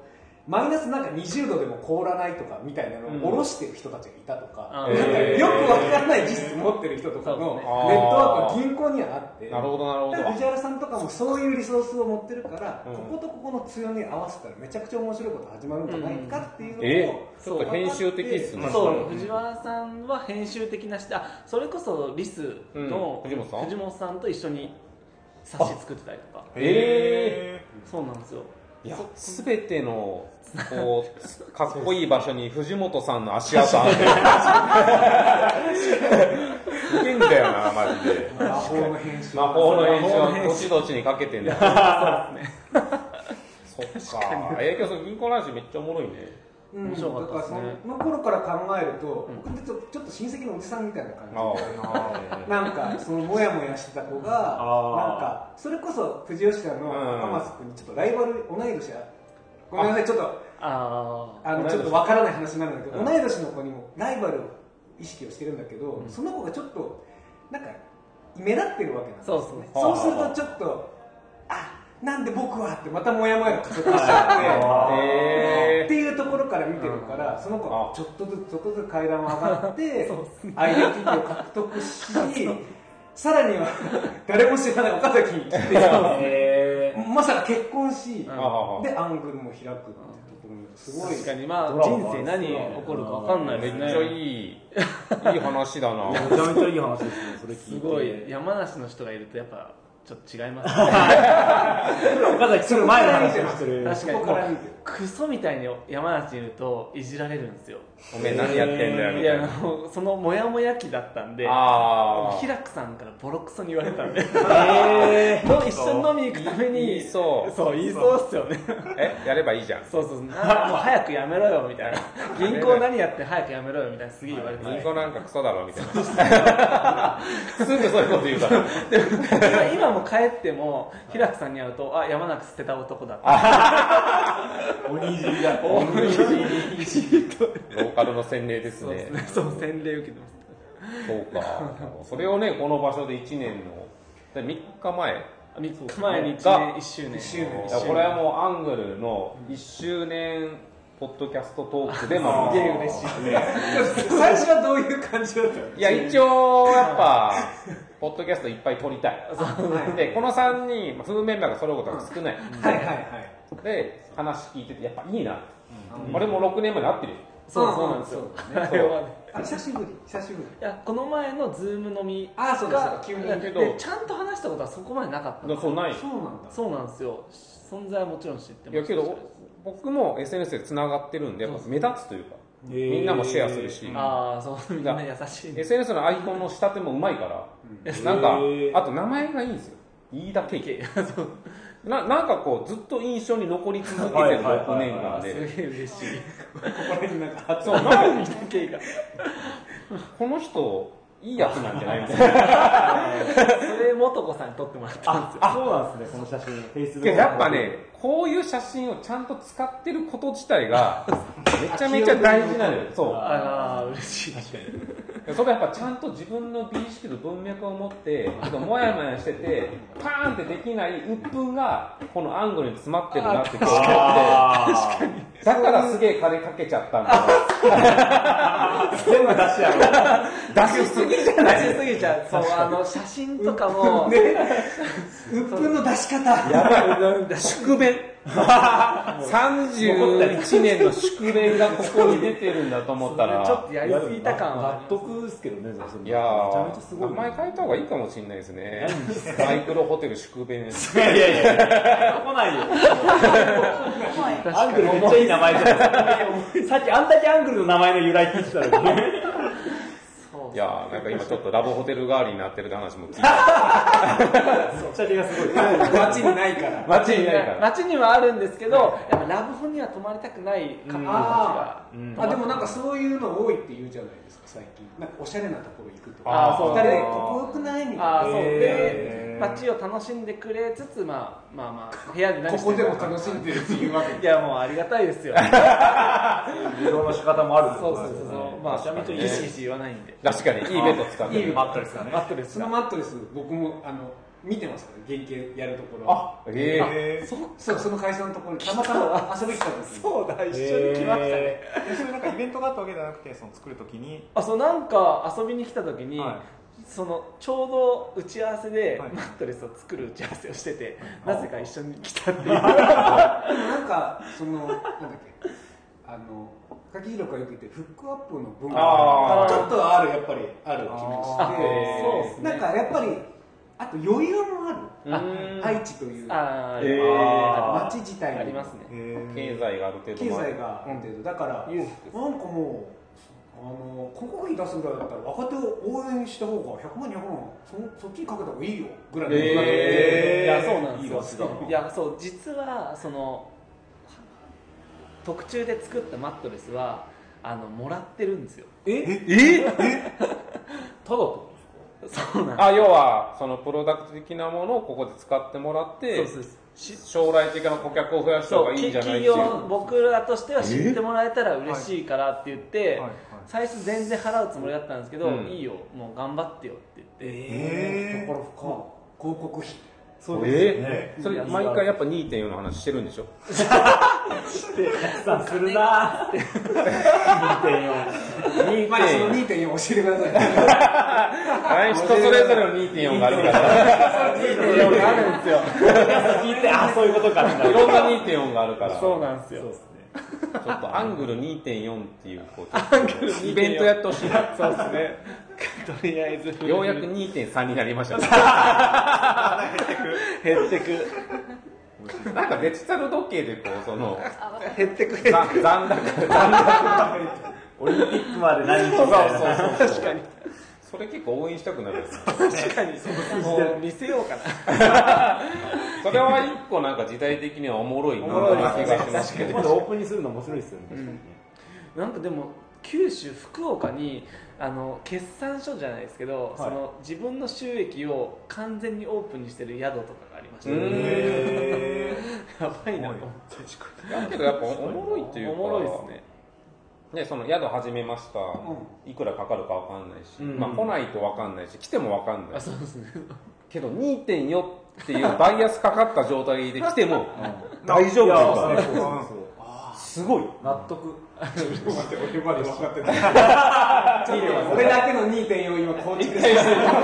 F: マイナスなんか20度でも凍らないとかみたいなのを下ろしてる人たちがいたとか、
C: うん
F: なんかよくわからない技術持ってる人とかの
C: うん
F: ネットワークが銀行にはあって、
A: なるほど、なるほ
F: だ
A: ど
F: から。藤原さんとかもそういうリソースを持ってるから、
A: うん
F: こことここの強みを合わせたらめちゃくちゃ面白いこと始まるんじゃないかっていうのを、
A: えちょっと編集的っすね。
C: そう藤原さんは編集的なしあそれこそリスの、
A: うん藤本さん
C: 藤本さんと一緒に冊子作ってたりとか
A: え
D: え
C: そうなんですよ
A: いや、すべての、こう、かっこいい場所に藤本さんの足跡あんねんすげえんだよな、マジで。
F: 魔法の編集
A: 魔法の演習はどっちどっちにかけてんだよ。そっか。え、今日その銀行の話めっちゃおもろいね。
F: うん
C: 面白かったですね
F: だからその頃から考えると、僕ちょっとちょっと親戚のおじさんみたいな感じ
A: あ
F: なんかそのモヤモヤしてた子がなんかそれこそ藤吉田
A: うん
F: の天津君にちょっとライバル同い年やごめんなさいちょっと
C: ああ
F: あ
A: 同い
F: の
A: 年
F: ちょっとわからない話になるんだけど、
A: うん
F: 同い年の子にもライバルを意識をしてるんだけど、その子がちょっとなんか目立ってるわけなんです
C: そうそう
F: ねそうするとちょっとあなんで僕はってまたモヤモヤが加速しちゃ
A: あ。
F: って。っ
A: え
F: ていうところから見てるから、その子はちょっとずつちょっとずつ階段を上がってアイデンティティを獲 得しさらには誰も知らない岡崎に来て
B: え
F: まさか結婚し
A: ー。あ
F: でアングルも開くっていうところもすごい
C: 確かにまあ
B: ドラマ
C: 人生何起こるか分かんない
A: め
C: で
A: っ
C: す
A: ち
C: ね
A: ゃいい、いい話だ な。
B: めちゃめちゃいい話ですね、それ聞いて。
C: すごい山梨の人がいるとやっぱちょっと違いますね
B: 岡崎来る前の話をしてる。
C: 確か
F: そ
C: に
F: こ
C: も
F: から
C: う
F: 見てる
C: クソみたいに山梨にいるといじられるんですよ
A: おめえ何やってんだよ、み
C: い
A: たい
C: やあ
A: な。
C: のそのモヤモヤ期だったんで
A: あ
C: ヒ
A: ー。
C: ラクさんからボロクソに言われたんで
B: え
C: もう一緒に飲みに行くため
A: 言い
C: に
A: そう
C: そう言いそうっすよね
A: え、やればいいじゃん。
C: そうそうなんかもう早くやめろよみたいな銀行何やって早くやめろよみたいなすげえ言われて
A: 銀行なんかクソだろ、みたいな。すぐそういうこと言うから。
C: 今今も帰っても平木さんに会うとあ山なく捨てた男だって
D: ー、おにじりだ。
A: ローカルの洗礼です
C: そうで
A: ね
C: す。ねそう洗礼受けてます
A: そうか。それをね、この場所で1年の、で3日前。
C: あ3日前に
A: が
C: 1年1周年
F: 一周年
A: いやこれはもうアングルの1周年ポッドキャストトークでも
C: すげえ嬉しい
F: 最初はどういう感じだったの
A: いや一応やっぱポッドキャストいっぱい撮りたいでこの3人まあ風メンバーが揃うことが少ない
F: はいはいはい
A: で話聞いててやっぱいいな俺も6年前に会ってるよ
C: そうそうなんですよ
A: そう
C: あれはね
F: あ久しぶり久しぶり
C: いやこの前のズーム飲み
F: あそうです
C: が
F: 急に
A: け
C: で
A: ど
C: ちゃんと話したことはそこまでなかったん
A: だ
C: で
A: から
C: す
A: そうない
F: そうなんだ
C: そうなんですよ存在はもちろん知って
A: いや
C: ます
A: けど僕も SNS でつながってるんでやっぱ目立つというか
B: ー
A: みんなもシェアするし
C: ああそうみんな優しいね
A: SNS のアイコンの仕立てもうまいからなんか
B: へー
A: あと名前がいいんですよ飯田ケイ
C: そう
A: ななんかこうずっと印象に残り続けてる
B: はいはいはいはい
A: 6年間
C: す
A: で
C: げえ嬉しい
F: これになんか
A: そうなんか
C: みんな経緯が
A: この人いいやつなんじゃないみたいな
C: それもとこさんに撮ってもらったんですよ
B: あ、そうなんですね、この写真。フェイスブ
A: けどやっぱねこういう写真をちゃんと使ってること自体 がめちゃめちゃ大事なのよそ
C: ああ嬉しい
A: うそれやっぱちゃんと自分の美意識と文脈を持ってちょっとモヤモヤしててパーンってできない鬱憤がこのアングルに詰まってるなって今日思って
D: あー、
A: だからすげえ金かけちゃったんだ
D: 全部出しやろう。
A: 出しすぎじゃない
C: 出しすぎちゃうそうあの写真とかも
F: うっぷんの出し方
A: やばい、宿 便。31年の宿便がここに出てるんだと思ったら、
C: ちょっとやりすぎた感はあ
B: 納
C: りま
B: 得ですけどね、それ
A: いや
B: めちゃめちゃす
A: ー、
B: ご
A: 名
B: い。
A: 前変えた方がいいかもしれないですね。マイクロホテル宿便です。
D: いやいやいや、来ないよ。
E: 怖い
B: アングルめっちゃいい名前じゃないさっきあんだけアングルの名前の由来聞いてたのに。
C: すそう
A: いやー、なんか今ちょっとラブホテル代わりになってるって話も聞い て、
B: 写真がすごい。
F: 街にないから
A: 街にいないから。
C: 街にはあるんですけど、やっぱラブホには泊まりたくないカップルたちが、
F: あでもなんかそういうの多いって言うじゃないですか最近なんかおしゃれなところ行くと
A: あ
F: か
A: ー
F: 二
A: そう
F: 人でここよくないみたい
C: ああそ
F: な
C: うで
D: へー
C: 街を楽しんでくれつつ、まあ、まあまあ部屋で
F: こ
C: 何して
F: こ
C: る
F: でも
C: か
F: 楽しんでるっていうわけ
C: いやもうありがたいですよ
B: 移動の仕方もあるって
C: そ
B: こ
C: う
B: と
C: そう
B: で
C: そう
B: す
C: そ
B: よ
C: う、
B: ね
C: まあ
A: 確かにね
C: ギシギシ言わないんで
A: 確かに、いいベッド使ってる。
D: マットレスがね。
C: マットレス
F: その
C: が
F: マットレス僕もあの見てますから原型やるところ
A: あえ
F: そそうその会社のところにたまたま遊びに来たんですよ
D: そうだ一緒に来ましたね一緒になんかイベントがあったわけじゃなくてその作るときに
C: あそうなんか遊びに来た時に、
D: は
C: そのちょうど打ち合わせで
D: はい
C: マットレスを作る打ち合わせをしてて、なぜか一緒に来たっていう
F: でもなんかそのなんだっけあの柿弘がよく言ってフックアップの文化
A: あー
F: がちょっとあるやっぱりある
C: あ
F: 気がし
A: へー
C: そうっす
F: て
C: ね
F: なんかやっぱりあと余裕も
C: あ
F: ある愛知という
C: あー、
A: えー
C: あ
F: 町自体に
C: ありますね
A: 経済がある程度
F: 経済がある程度だからなんかもうあの広告費出すぐらいだったら若手を応援した方が100万200万そそっちにかけた方がいいよぐらいの
A: えー
C: いやそうなん
A: いい
C: です
A: 街だ
C: よ
A: ない
C: やそう実はその特注で作ったマットレスはあのもらってるんですよ
B: ただと
C: そうなんで
A: あ要はそのプロダクト的なものをここで使ってもらって
C: すそうですし
A: 将来的な顧客を増やした方
C: そ
A: が
C: う
A: いいん
C: き
A: じゃない
C: 企
A: ってい
C: 業
A: う
C: 僕らとしては知ってもらえたら嬉しいからって言って、
D: はいはい
C: 最初全然払うつもりだったんですけど、
A: うん
C: いいよもう頑張ってよって言って、
D: え
F: えーだから不可広告費
D: そうですよね
A: えーそれ毎回やっぱ2.4の話してるんでしょ
B: さんするな
F: まあその2.4教えてください
A: はい人それぞれの2.4があるから
B: 2.4があるんですよ皆さん聞いてあそういうことかってない
A: ろんな2.4があるから
C: そうなんですよ
B: そうですね
A: ちょっとアングル2.4っていうこうイベントやってほしいな
C: そうですねとりあえず
A: ようやく2.3になりましたね
C: 減ってく
A: なんかデジタル時計でこうそ の
C: 減ってく
A: ざ残高
B: オリンピックまで何日み
A: そう
B: たいな
A: そうそう確かにそれ結構応援したくなるんですよ
C: 確かにもう見せようかな
A: それは一個なんか時代的にはおもろいな
B: おもろい
A: な気
B: ですね
A: がしますけ
B: 今
A: ど
B: 度オープンにするの面白いですよね確かにね
C: なんかでも九州福岡にあの決算書じゃないですけど、その自分の収益を完全にオープンにしてる宿とかがありました、
A: うーん
C: やばいなと思っ
A: だけどやっぱおもろいと
C: て
A: いう
C: お
A: か
C: もろいですね
A: ねその宿始めました、いくらかかるかわかんないし、まあ、来ないとわかんないし来てもわかんない
C: あそうですね
A: けど2.4っていうバイアスかかった状態で来ても大丈夫
B: い
A: だ
B: や
A: よ
B: そうそうそうそう
A: すごい
B: 納得
F: 俺まで分かってないちょっと俺だけの2.4を今構築してる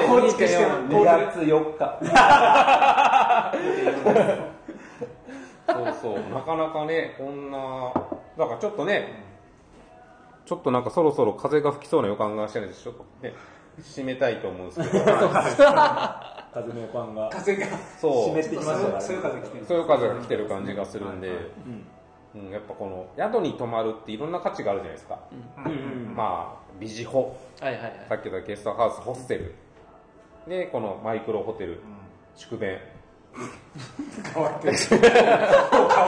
F: 構築してる構築
B: 月4日
A: そうそうなかなかねこんなだからちょっとねちょっとなんかそろそろ風が吹きそうな予感がしてるんでちょっとね締めたいと思うんです けど
B: 風の予感が
F: 風が
A: そう
B: 湿ってきましたから
F: そよ風来てる
A: そういう風が来てる感じがするんで、うんやっぱこの宿に泊まるっていろんな価値があるじゃないですか、まあビジホ
C: はいはいはい
A: さっき言ったゲストハウスホステルでこのマイクロホテル、宿便
F: 変わ ってる変わ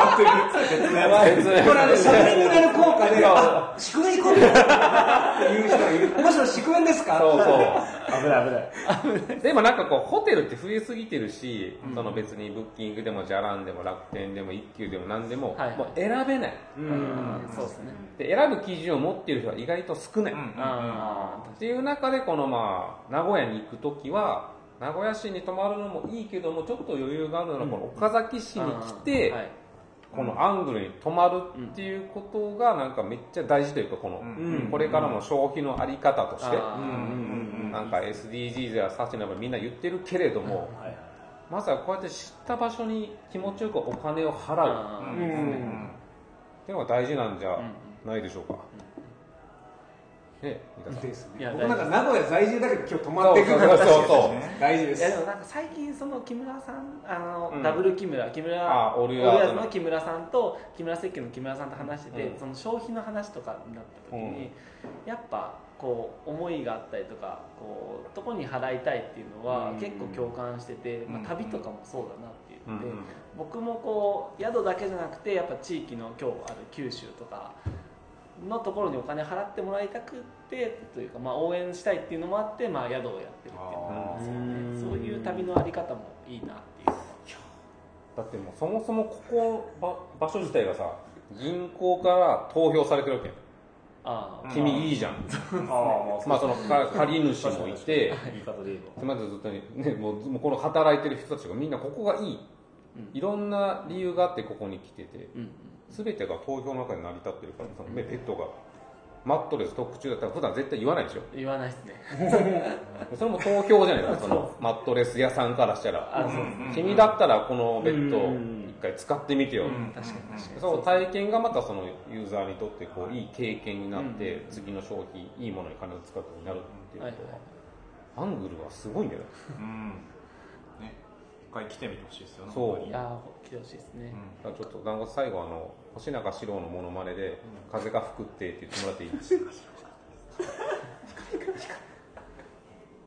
F: ってるこれあのシャブリングの効果で「あ宿命効果」って言う人がいるむしろ宿命ですか
A: そうそう
B: 危ない危ない
A: でもなんかこうホテルって増えすぎてるし、その別にブッキングでもじゃらんでも楽天でも一休でも何でも、
C: はいはい
A: もう選べない
C: うんそうですね
A: で選ぶ基準を持ってる人は意外と少ない、っ
C: あ
A: ていう中でこのまあ名古屋に行く時は名古屋市に泊まるのもいいけどもちょっと余裕があるならこの岡崎市
C: ー
A: に来て、
C: はい
A: このアングルに泊まるっていうことがなんかめっちゃ大事というかこの、
B: ん
A: これからの消費のあり方として、
C: あー
A: なんか SDGs やサスティナブルみんな言ってるけれども、
B: はいはい
A: まずはこうやって知った場所に気持ちよくお金を払うっ
C: あ
F: う
C: ー
F: ん
A: ていうのが大事なんじゃないでしょうか、ね三田さん
F: です
C: いや
F: ね僕なんか名古屋在住だけど今日泊まっていく
A: そう
F: か
A: そ
F: ら
A: うそうそう
F: 大事で
C: いやですもなんか最近その木村さんあの、
A: うん
C: ダブル木村木村
A: あオリオ
C: オリ
A: ヤ
C: ア
A: ーズ
C: ズの
A: の
C: 木村さんと木村石鹸の木村さんと話してて、
A: うん
C: その消費の話とかになった時に、やっぱこう思いがあったりとかこうどこに払いたいっていうのは
A: うん
C: 結構共感してて、まあ、
D: うん
C: 旅とかもそうだなって
A: う
C: 言って、
A: ん
C: 僕もこう宿だけじゃなくてやっぱ地域の今日ある九州とかのところにお金払ってもらいたくてというか、まあ、応援したいっていうのもあって、まあ、宿をやってるっていうのもあるんですよねそういう旅のあり方もいいなっていうのは
A: だってもうそもそもここば場所自体がさ銀行から投票されてるわけやん
C: ああ
A: 君いいじゃん、
D: ああも
A: まあそのか借り主もいて
B: 言い方で言えば
A: まずずっとねねもうもうこの働いてる人たちがみんなここがいい、いろんな理由があってここに来てて
C: うん
A: 全てが投票の中で成り立ってるからそのねペットがマットレス特注だったら普段絶対言わないでしょ
C: 言わないですね
A: それも投票じゃないですかそのマットレス屋さんからしたら
C: あそうです
D: うん
A: 君だったらこのベッド
B: う
A: を
B: ん
A: 一回使ってみて
D: う
A: よ、
D: ん
C: 確かに確かに
A: その体験がまたそのユーザーにとってこういい経験になって次の消費いいものに金を使うことになるっていうことはアングルはすごいんだよ
D: うんね一回来てみてほしいですよね
A: そう
D: 本当
C: い
D: に
C: やー来てほしいですね、
D: う
A: だからちょっと団子最後あの星中四郎のモノマネで「風が吹くって」って言ってもらっていいですか